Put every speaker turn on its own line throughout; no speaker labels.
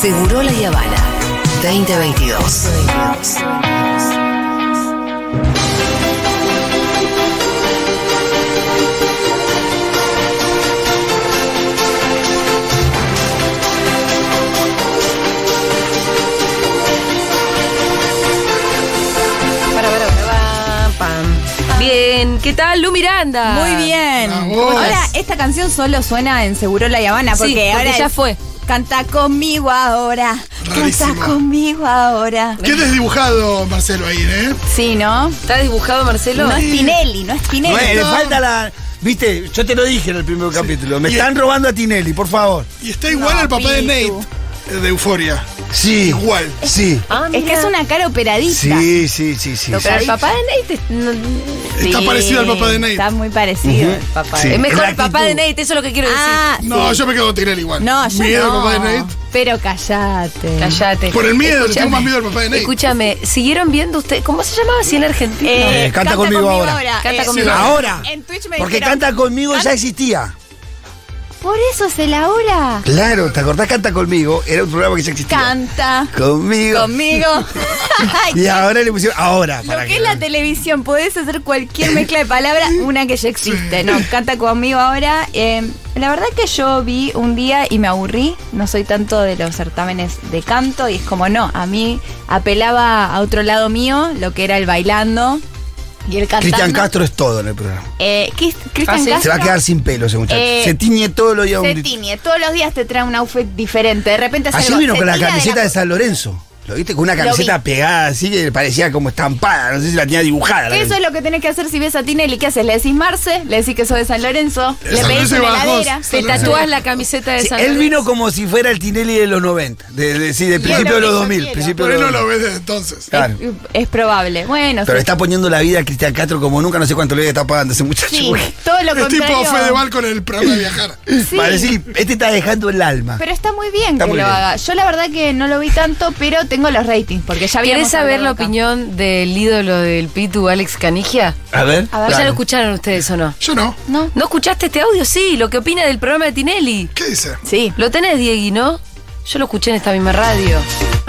Seguro La Habana 2022.
Para, para, para, pam. Bien, ¿qué tal Lu Miranda?
Muy bien.
Ah,
Ahora, esta canción solo suena en Seguro La Habana
Sí,
porque,
porque
ahora
ya
es-
fue.
Canta conmigo ahora.
Rarísimo.
Canta conmigo ahora.
Qué desdibujado, Marcelo, ahí, ¿eh?
Sí, ¿no?
¿Está dibujado Marcelo?
No es Tinelli, no es Tinelli.
Bueno, le
no.
falta la. Viste, yo te lo dije en el primer capítulo. Me
Y-
están robando a Tinelli, por favor.
Y está igual
No,
al papá de
Pitu.
Nate, eh, de Euforia.
Sí.
Igual.
Sí.
Ah,
es que
mira.
es una cara operadita.
Sí, sí, sí, sí.
Pero el papá de Nate es- no-
Está
sí.
parecido al papá de Nate.
Está muy parecido el papá
Sí.
de
Es mejor
La
el papá de
actitud.
Nate, eso es lo que quiero decir.
Ah,
No,
sí.
yo me quedo con Tinelli igual.
No, yo
miedo
no.
al papá de Nate.
Pero callate.
Cállate.
Por el miedo, le
Escuchame.
tengo más miedo al papá de Nate.
Escúchame, ¿siguieron viendo usted? ¿Cómo se llamaba así en Argentina?
Eh,
Eh, canta, conmigo, ahora.
Canta
Eh,
conmigo.
sí,
Ahora.
En Twitch me
Porque
dijeron-
canta conmigo ya existía.
Por eso es el ahora.
Claro, ¿te acordás? Canta conmigo. Era un programa que ya existía.
Canta
Conmigo.
conmigo. Ay,
Y ahora le pusieron. Ahora,
Lo
para
que es la televisión, podés hacer cualquier mezcla de palabras, una que ya existe. No, canta conmigo ahora. Eh, la verdad que yo vi un día y me aburrí. No soy tanto de los certámenes de canto y es como no, a mí apelaba a otro lado mío, lo que era el bailando y el cantando.
Cristian Castro es todo en el programa.
Eh, Crist- Cristian
Fácil.
Castro
Se va a quedar sin pelo ese muchacho.
Eh,
se tiñe todo lo días.
se tiñe. Todos los días te trae un outfit diferente. De repente hace
Ayer
algo-
vino
se
con la
tira
camiseta de,
la-
San Lorenzo. ¿Lo viste? Con una
Lo
camiseta
vi.
pegada así que parecía como estampada. No sé si la tenía dibujada. la
Eso es lo que tenés que hacer si ves a Tinelli. ¿Qué haces? Le decís Marce, le decís que sos de San Lorenzo,
Eh,
le
San
pedís
Lorenzo y
una
Badajoz.
heladera.
San
Te
Lorenzo.
tatúas la camiseta de
Sí,
San
él
Lorenzo.
vino como si fuera el Tinelli de los 90, de, de- sí, del
Y era
principio
lo que
de los
yo
2000.
quiero.
principio
Por
de
ahí
los
no lo
2000.
ves desde entonces.
Claro.
Es, es probable. Bueno,
Pero
sí.
está poniendo la vida a Cristian Castro como nunca, no sé cuánto le está pagando ese muchacho.
Sí,
porque
todo lo
Es tipo
contrario.
Fedeval con el programa de viajar.
Sí,
Parece que este está dejando el alma.
Pero está muy bien
Está
que
muy
lo
bien.
haga. Yo la verdad que no lo vi tanto, pero tengo los ratings, porque ya
¿Querés
habíamos
saber la
hablado acá.
opinión del ídolo del Pitu, Alex Canigia?
a ver,
A ver,
¿Ya
dale.
lo escucharon ustedes o no?
Yo no.
¿No?
¿No escuchaste este audio? Sí, lo que opina del programa de Tinelli.
¿Qué dice?
Sí.
Lo tenés, Diegui, ¿no? Yo lo escuché en esta misma radio.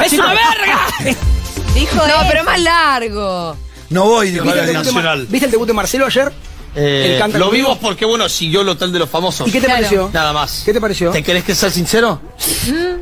¡Es una verga!
Dijo
No,
él.
pero más largo.
no voy, dijo
¿Viste el,
Gabriel.
debut de Mar-
Nacional.
¿Viste el debut de Marcelo ayer?
Eh,
El canta
lo
conmigo.
vimos porque, bueno, siguió el hotel de los famosos.
¿Y qué te
Claro.
pareció?
Nada más.
¿Qué te pareció?
¿Te querés que sea sincero?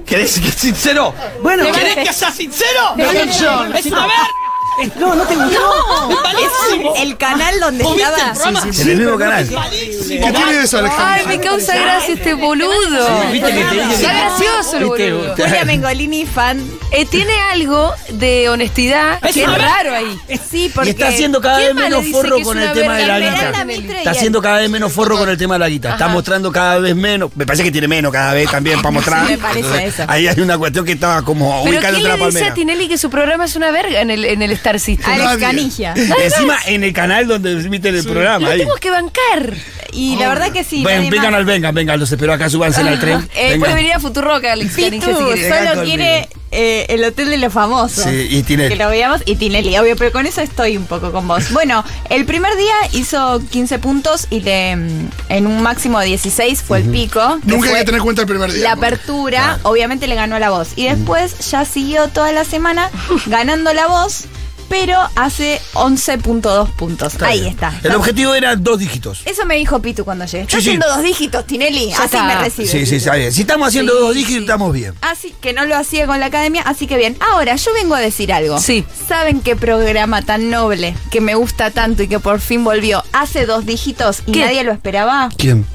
¿Querés que sea sincero?
Bueno,
¿Querés que sea sincero?
No, no, no, no,
¡Es una verga!
no, no te gustó.
¡Es malísimo!
El canal donde
¿Vos viste
estaba.
el programa?
En el mismo canal.
¡Malísimo!
¿Qué tiene de eso,
Ay,
Alejandro?
me causa gracia este boludo.
Sí, viste que te dije
Está
que-
gracioso el
Viste,
boludo.
Julia Mengolini fan.
Eh, tiene algo de honestidad que es raro ahí.
Sí,
Y
porque
está haciendo cada vez
¿Quién más le
menos
dice que
forro
es
con
una
el tema de la
verga?
guita.
Miranda Mitre y
Está
él.
haciendo cada vez menos forro con el tema de la guita. Está
Ajá.
mostrando cada vez menos. Me parece que tiene menos cada vez también para mostrar.
me parece
Entonces,
eso.
Ahí hay una cuestión que estaba como
Pero
ubicada
¿quién
entre la
le dice
palmera.
a Tinelli que su programa es una verga en el, en el Star System?
Alex
Nadie.
Canilla.
Encima en el canal donde emiten el programa.
Lo
ahí.
tengo que bancar.
Y
Oh.
la verdad que sí.
Ven,
nadie
vengan
más.
al vengan, vengan, los espero acá, súbanse
Ah,
al tren.
Eh,
vengan.
puede venir a Futurock, Alex
Pitu
Canija, si querés.
Vengan
solo
conmigo.
quiere eh, el hotel de los famosos.
Sí, y Tinelli.
Que lo veamos. Y Tinelli, obvio, pero con eso estoy un poco con vos. Bueno, el primer día hizo 15 puntos y de, mm, en un máximo de 16 fue el pico. que
Nunca hay
fue
que tener cuenta el primer día.
La
amor.
apertura, obviamente le ganó la voz. Y después ya siguió toda la semana ganando la voz, pero hace 11.2 puntos.
Está
Ahí
bien.
está.
El objetivo era dos dígitos.
Eso me dijo Pitu cuando llegué. Está
Sí, sí.
haciendo dos dígitos, Tinelli.
Ya
Así
está.
me recibe.
Sí, sí, está bien. Si estamos haciendo
Sí,
dos dígitos, estamos bien.
Así que no lo hacía con la academia, así que bien. Ahora, yo vengo a decir algo.
Sí.
¿Saben qué programa tan noble que me gusta tanto y que por fin volvió hace dos dígitos y
¿Qué?
nadie lo esperaba?
¿Quién?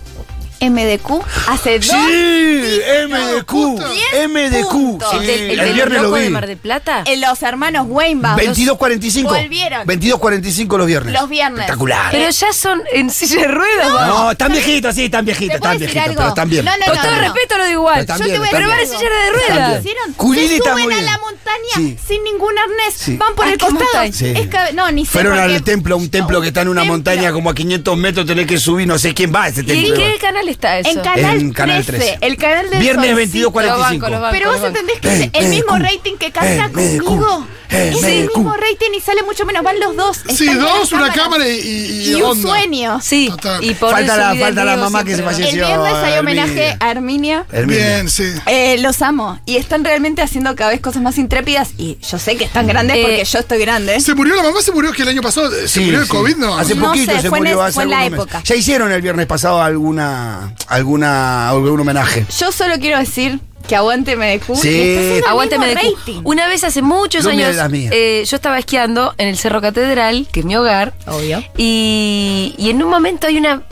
MDQ hace dos.
Sí, MDQ,
Diez
MDQ.
puntos.
sí.
El, del- el, del
viernes lo
loco de
vi.
Mar del Plata.
eh, Los hermanos Weinbach.
22.45.
Volvieron.
22.45 los viernes.
Los viernes.
Espectacular.
Pero ya son en silla de ruedas.
no,
vamos.
están viejitos, sí, están
¿Te
viejitos,
puedo
están
decir
viejitos,
algo?
pero están bien.
No, no,
Con
no,
todo
no.
respeto lo digo igual.
Pero
Yo te
también,
voy a probar en
también.
silla de
También.
ruedas.
hicieron?
Culini
se
está
suben
muy
a la
bien.
montaña
Sí.
sin ningún arnés,
Sí.
van por
Ah,
el
qué
costado.
montaña.
Sí.
Es que- no, ni sé
Fueron
por qué.
al templo, un templo que está en una
Templo.
montaña como a 500 metros, tenés que subir, no sé quién va a ese
¿Y en
templo.
qué canal está eso?
En Canal,
En Canal
13,
13.
el canal del
Viernes
solcito.
22.45.
Lo banco, lo banco.
Pero vos entendés que es
Ey,
el
ey,
mismo
cum.
rating que canta
Ey, ey, cum.
conmigo
Eh,
Es
me
el mismo
cu-
rating y sale mucho menos. Van los dos.
Sí,
están con las
dos, una
cámaras.
cámara y, y,
Y un
onda.
sueño.
Sí,
Total.
y por
Falta
eso
la-
vida
falta la
en vivo
mamá que se
siempre
falleció.
El viernes hay homenaje a Arminia.
El mismo.
Bien, sí.
Eh, los amo y están realmente haciendo cada vez cosas más intrépidas y yo sé que están grandes
Eh,
porque yo estoy grande.
¿Se murió la mamá? ¿Se murió que el año pasado? eh, ¿Se
Sí,
murió el
sí.
COVID? No.
Hace
No
poquito
sé,
se
fue en
murió
es-
hace
fue en la
algunos
época.
meses. Ya hicieron el viernes pasado alguna, alguna, algún homenaje.
Yo solo quiero decir que aguante MDQ.
Sí.
siempre. Aguánteme de cu-
rating.
Una vez hace muchos
Lumia
años,
es la mía.
eh, yo estaba esquiando en el Cerro Catedral, que es mi hogar,
Obvio.
y, y en un momento hay una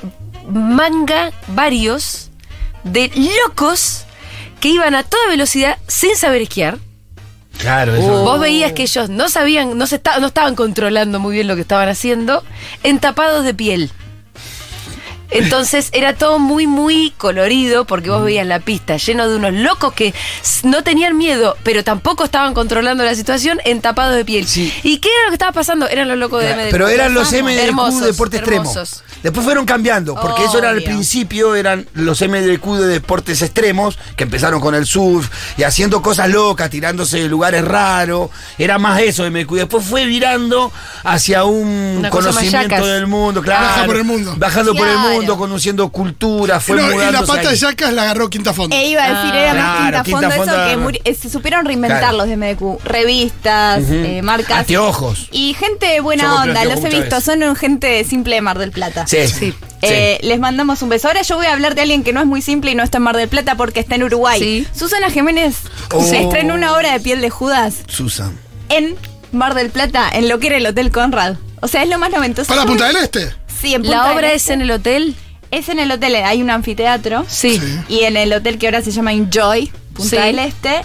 manga, varios, de locos que iban a toda velocidad sin saber esquiar.
Claro, eso.
Vos veías que ellos no sabían, no, se esta- no estaban controlando muy bien lo que estaban haciendo, entapados de piel. Entonces era todo muy, muy colorido porque vos veías la pista lleno de unos locos que s- no tenían miedo, pero tampoco estaban controlando la situación entapados de piel.
Sí.
¿Y qué era lo que estaba pasando? Eran los locos de
Claro,
MDQ.
Pero eran los
Amo.
M del Q
Hermosos,
de deporte extremo.
hermosos.
Después fueron cambiando, porque eso era al
Obvio.
principio, eran los M del Q de deportes extremos, que empezaron con el surf y haciendo cosas locas, tirándose de lugares raros. Era más eso MQ. Después fue virando hacia un
Una cosa más
conocimiento
yacas.
del mundo, claro.
Baja por el mundo.
Bajando por
Claro.
el mundo, conociendo cultura, fue
No, y
mudándose
la pata
ahí.
de yacas la agarró Quinta Fondo.
E iba a decir, era más
Ah,
quinta,
Claro,
fondo,
Quinta Fondo,
eso que
no.
muri- eh, se supieron reinventar
Claro.
los de MDQ. Revistas, eh, marcas.
Anteojos.
Y gente
Yo
buena
compré
onda, los
anteojos
he
muchas
visto,
veces.
son gente simple de Mar del Plata.
Sí. sí.
Eh, les mandamos un beso. Ahora yo voy a hablar de alguien que no es muy simple y no está en Mar del Plata porque está en Uruguay.
Sí.
Susana Jiménez
Oh.
se estrenó una obra de piel de Judas
Susan.
en Mar del Plata, en lo que era el Hotel Conrad. O sea, es lo más noventoso.
¿Para la Punta del Este?
Sí, en Punta
La
del
obra es
Este.
en el hotel.
Es en el hotel, hay un anfiteatro.
Sí.
Y en el hotel que ahora se llama Enjoy,
Sí.
Punta del Este.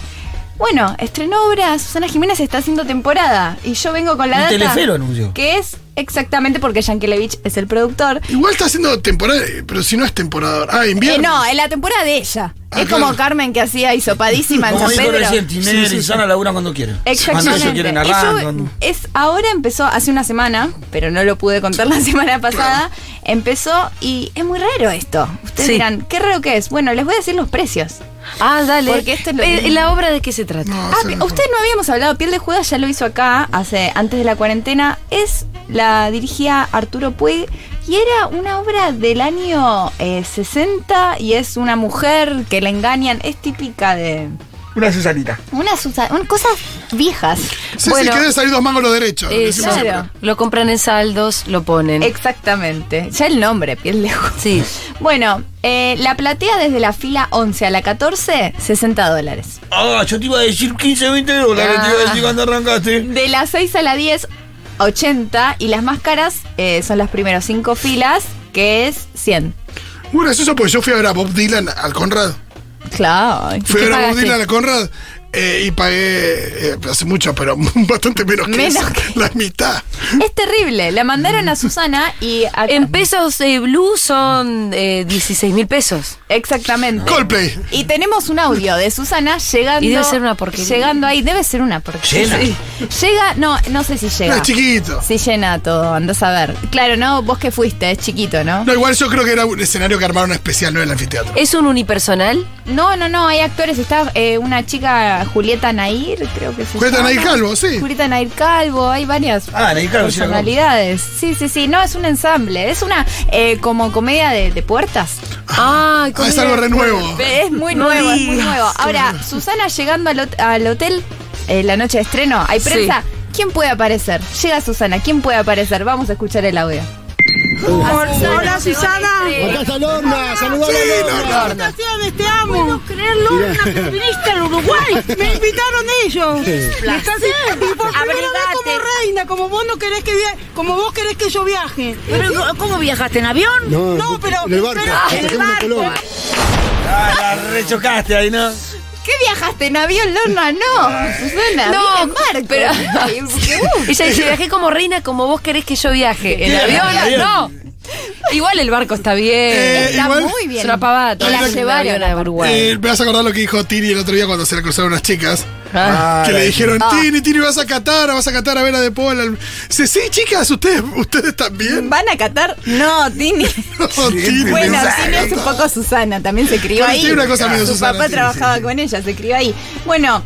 Bueno, estrenó obra, Susana Jiménez está haciendo temporada. Y yo vengo con la
Un
data.
Telefero anunció.
Que es exactamente porque Yankelevich es el productor.
Igual está haciendo temporada, eh, pero si no es temporada. Ah,
Eh,
invierno.
no, es la temporada de ella.
Ah,
es como
claro.
Carmen que hacía hisopadísima en
Como
San
dijo
Pedro.
recién, Tinelli
Sí, sí,
y Susana laburan cuando quieren.
Exactamente.
Cuando ellos quieren
Eso
arrancan, cuando-
es, ahora empezó hace una semana, pero no lo pude contar la semana pasada. Empezó y es muy raro esto. Ustedes
Sí.
dirán, ¿qué raro que es? Bueno, les voy a decir los precios.
Ah, dale.
Porque esto es lo
Eh,
mismo.
¿La obra de qué se trata?
No,
Ah,
se
pi-
enojó.
ustedes no habíamos hablado, Piel de Judas ya lo hizo acá hace antes de la cuarentena. Es la dirigía Arturo Puig y era una obra del año eh, 60 y es una mujer que la engañan, es típica de
Una Susanita.
una Susa- un- cosas viejas.
Sí,
Bueno.
sí, que deben salir dos mangos los derechos.
Eh,
decimos
claro.
siempre.
Lo compran en saldos, lo ponen.
Exactamente. Ya el nombre, Piel de Judas.
sí.
Bueno, eh, la platea desde la fila 11 a la 14, 60 dólares.
Ah, yo te iba a decir 15, 20 dólares, te iba a decir cuando arrancaste.
De las 6 a la 10, 80. Y las más caras eh, son las primeras 5 filas, que es 100.
Muy gracioso porque yo fui a ver a Bob Dylan al Conrad.
Claro.
Fui a ver a Bob
pagaste?
Dylan al Conrad eh, y pagué eh, hace mucho, pero bastante menos que
Menos
eso,
que-
la mitad.
Es terrible. La mandaron a Susana y a-
En pesos de blue son eh, 16 mil pesos.
Exactamente.
Coldplay.
Y tenemos un audio de Susana llegando.
Y debe ser una porquería.
Llegando ahí, debe ser una porquería.
Llena.
Sí. Llega, no, no sé si
No,
llega.
es chiquito.
Sí llena todo, andás a ver. Claro, no, vos que fuiste, es chiquito, ¿no?
No, igual yo creo que era un escenario que armaron especial, no era el anfiteatro.
¿Es un unipersonal?
No, no, no, hay actores. Está eh, una chica, Julieta Nair, creo que se
Julieta
llama.
Nair Calvo, sí.
Julieta Nair Calvo, hay varias
Ah,
Pues
Nair Calvo, sí la conozco.
personalidades. Sí, sí, sí, no, es un ensamble. Es una eh, como comedia de, de puertas.
Ah,
Ah, es algo renuevo.
Es muy
No
nuevo, es muy
digas.
nuevo. Ahora, Susana llegando al, hot- al hotel eh, la noche de estreno, hay
Sí.
prensa. ¿Quién puede aparecer? Llega Susana, ¿quién puede aparecer? Vamos a escuchar el audio.
Hola Susana.
Acá está Lorna, saludala.
Sí,
Felicitaciones, te este amo. No creerlo, viniste al Uruguay. Me invitaron ellos. Me estás- y por primera vez como reina, como vos no querés que via- como vos querés que yo viaje. Pero ¿cómo viajaste en avión? No, pero
en el barco.
pero- en el barco.
Ah, la rechocaste ahí, ¿no?
¿Qué viajaste en avión, Lorna? No, Susana,
No,
vine en barco.
pero-
Ay, qué
Ella dice, viajé como reina como vos querés que yo viaje. ¿En
Bien,
avión?
bien.
No. Igual el barco está bien.
Eh,
Está
igual-
muy bien.
Es una pavada.
Y la
Todos
llevaron
a
a
Uruguay.
Eh, me vas a acordar lo que dijo Tini el otro día cuando se le cruzaron unas chicas.
Ah.
que le dijeron,
Ah.
Tini, Tini, vas a Qatar, vas a Qatar a ver a De Paul. al-". Dice, sí, chicas, ustedes, ustedes también.
¿Van a Catar? No, Tini.
No, Tini,
Bueno,
no.
Tini es un poco Susana, también se crió
Pero
ahí.
tiene una cosa medio
Su
Susana,
papá
Tini,
trabajaba
sí, sí.
con ella, se crió ahí. Bueno,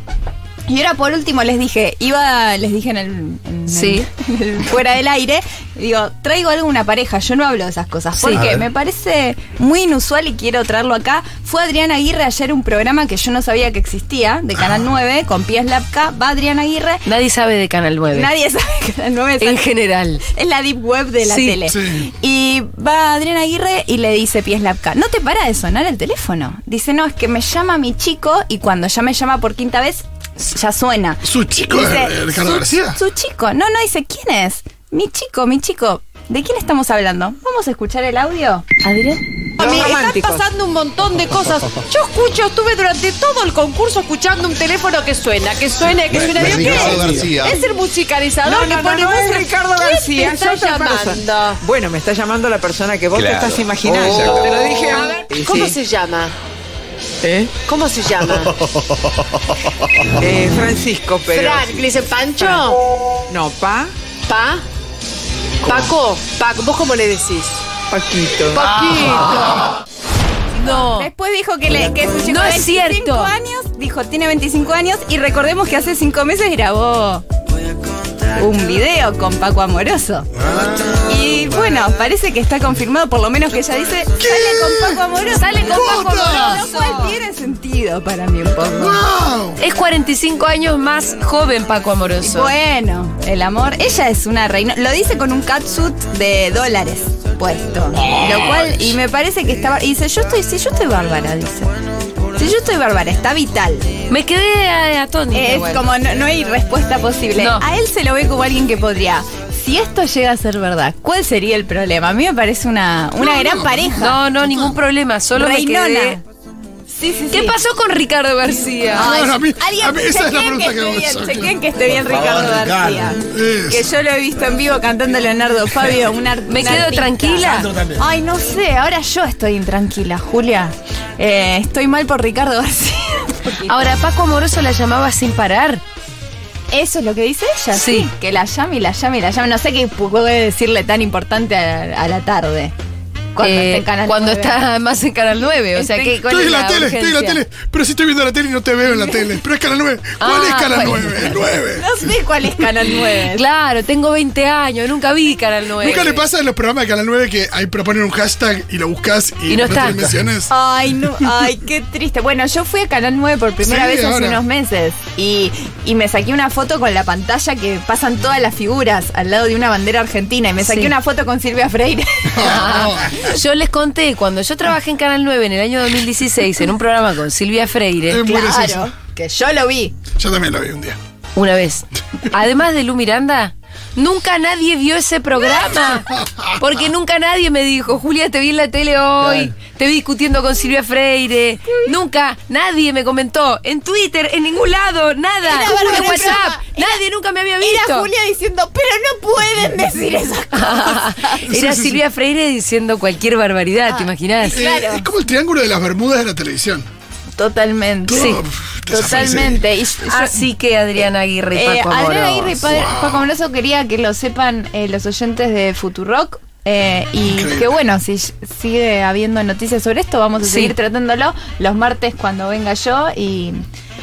Y ahora por último les dije, iba, les dije en el, en el-
Sí.
en el- fuera del aire, digo, traigo algo una pareja, yo no hablo de esas cosas,
Sí.
A
porque
ver.
me parece muy inusual y quiero traerlo acá. Fue Adrián Aguirre ayer un programa que yo no sabía que existía, de Canal 9, con Pies Lapka, va Adrián Aguirre,
Nadie sabe de Canal 9.
nadie sabe que Canal 9 es
en general.
es la deep web de la
Sí,
tele.
sí.
Y va Adrián Aguirre y le dice Pies Lapka, no te para de sonar el teléfono. Dice, no, es que me llama mi chico y cuando ya me llama por quinta vez, ya suena.
Su chico, eh, Ricardo
su-
García.
Su chico. No, no, dice, ¿quién es? Mi chico, mi chico. ¿De quién estamos hablando? ¿Vamos a escuchar el audio? Adrián.
A mí están pasando un montón de cosas. Yo escucho, estuve durante todo el concurso escuchando un teléfono que suena, que suena, que suena. Digo, ¿qué
Ricardo
es?
García.
Es el musicalizador que pone música. ¿Quién te está llamando?
Bueno, me está llamando la persona que vos
te Claro. estás imaginando. Oh. Te lo dije.
A ver, ¿cómo se llama?
¿Eh?
¿Cómo se llama?
Francisco,
Fran, que le dicen Pancho,
No, pa,
Pa, Paco, Paco, ¿vos cómo le decís?
Paquito.
Paquito.
No.
Después dijo que, le, que su chico
No
de
es cierto.
25 años, dijo, tiene 25 años y recordemos que hace 5 meses grabó un video con Paco Amoroso. Y bueno, parece que está confirmado, por lo menos que ella dice, sale con Paco Amoroso.
Sale con Paco
¡Puta!
Lo cual tiene sentido para mí un poco.
¡Wow!
Es 45 años más joven Paco Amoroso.
Bueno, el amor, ella es una reina. Lo dice con un catsuit de dólares puesto. Lo cual, y me parece que estaba. Y dice, yo estoy, sí, yo estoy bárbara, dice. Si yo estoy bárbara, está vital.
Me quedé eh, atónita.
Es
igual.
como no, no hay respuesta posible.
No.
A él se lo ve como alguien que podría. Si esto llega a ser verdad, ¿cuál sería el problema? A mí me parece una, una gran pareja.
No, no, ningún problema. Solo
Reinona.
me quedé.
Sí, sí, sí.
¿Qué pasó con Ricardo García?
Ah,
Ay,
no, a mí-
alguien-
a mí esa es la
chequeen
pregunta que
esté
hago
bien,
yo,
chequeen que esté bien
Por
Ricardo
favor,
García.
Ricardo.
Que yo lo he visto en vivo cantando Leonardo Fabio, un ar-
¿Me
un
quedo
artista.
tranquila?
Ay, no sé, ahora yo estoy intranquila, Julia. Eh, estoy mal por Ricardo García. Porque
Ahora, Paco Amoroso la llamaba sin parar.
Eso es lo que dice ella,
Sí.
sí. Que la llame y la llame y la llame. No sé qué pu- puede decirle tan importante a, a la tarde. Cuando
Eh,
está en Canal
cuando
9.
está más en Canal 9. O sea,
Estoy-
¿qué, cuál
Estoy
es
en la, tele, estoy en la
urgencia?
tele. Pero sí estoy viendo la tele y no te veo en la tele. Pero es Canal 9. ¿Cuál
Ah,
es Canal
¿cuál?
9? El 9.
No sé cuál es Canal 9.
Claro, tengo 20 años, nunca vi Canal 9.
¿Nunca le pasa en los programas de Canal 9 que ahí proponen un hashtag y lo buscas y,
Y no
te
está.
lo mencionas?
Ay, no, ay, qué triste. Bueno, yo fui a Canal 9 por primera
Sí,
vez hace
ahora.
unos meses y, y me saqué una foto con la pantalla que pasan todas las figuras al lado de una bandera argentina y me saqué
Sí.
una foto con Silvia Freire.
Ah, Yo les conté, cuando yo trabajé en Canal 9 en el año 2016, en un programa con Silvia Freire,
Es muy gracioso.
claro, que yo lo vi.
Yo también lo vi un día.
una vez, además de Lu Miranda, nunca nadie vio ese programa. Porque nunca nadie me dijo, Julia, te vi en la tele hoy, te vi discutiendo con Silvia Freire. Nunca nadie me comentó, en Twitter, en ningún lado, nada,
Era
en
Bárbara
WhatsApp,
Brava,
nadie nunca me había visto.
Era Julia diciendo, pero no pueden decir esas cosas.
Era Silvia Freire diciendo cualquier barbaridad,
Ah.
¿te imaginas?
Eh,
Claro.
es como el triángulo de las Bermudas de la televisión. Oh,
Totalmente.
Sí, Ah,
Todo, pff, desaparece.
Totalmente. Y yo-
Así que Adrián Aguirre y
Ah. Eh,
Paco
Adrián
Amoroso.
Aguirre y Padre- Paco Amoroso quería que lo sepan eh, los oyentes de Futurock. eh, y
Increíble.
que bueno, si s- sigue habiendo noticias sobre esto, vamos a
Sí.
seguir tratándolo los martes cuando venga yo. Y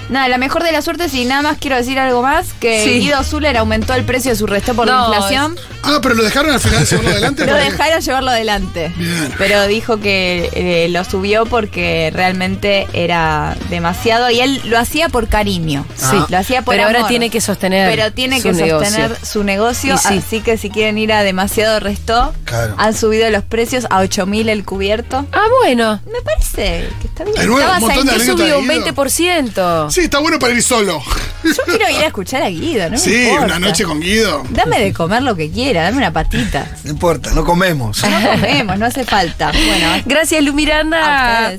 nada, la mejor de las suertes. Y nada más quiero decir algo más: que
Sí.
Guido Zuller aumentó el precio de su resto por la
No,
inflación.
Ah, pero lo dejaron al final llevarlo adelante.
Lo
porque-
dejaron llevarlo adelante.
Bien.
Pero dijo que eh, lo subió porque realmente era demasiado. Y él lo hacía por cariño.
Sí.
Lo hacía por
Pero ahora
amor.
tiene que sostener
Pero tiene
su
que
negocio.
sostener su negocio.
Y sí.
Así que si quieren ir a demasiado restó,
Claro.
han subido los precios a 8000 el cubierto.
Ah, bueno.
Me parece que está bien.
De nuevo,
Estaba
un montón de
que
anécdotas
subió
de
un
Guido.
20%.
Sí, está bueno para ir solo.
Yo quiero ir a escuchar a Guido, ¿no? me
Sí,
importa.
una noche con Guido.
Dame de comer lo que quiera, dame una patita.
No importa, no comemos.
No comemos, no hace falta. Bueno,
Gracias, Lu Miranda.
a ustedes.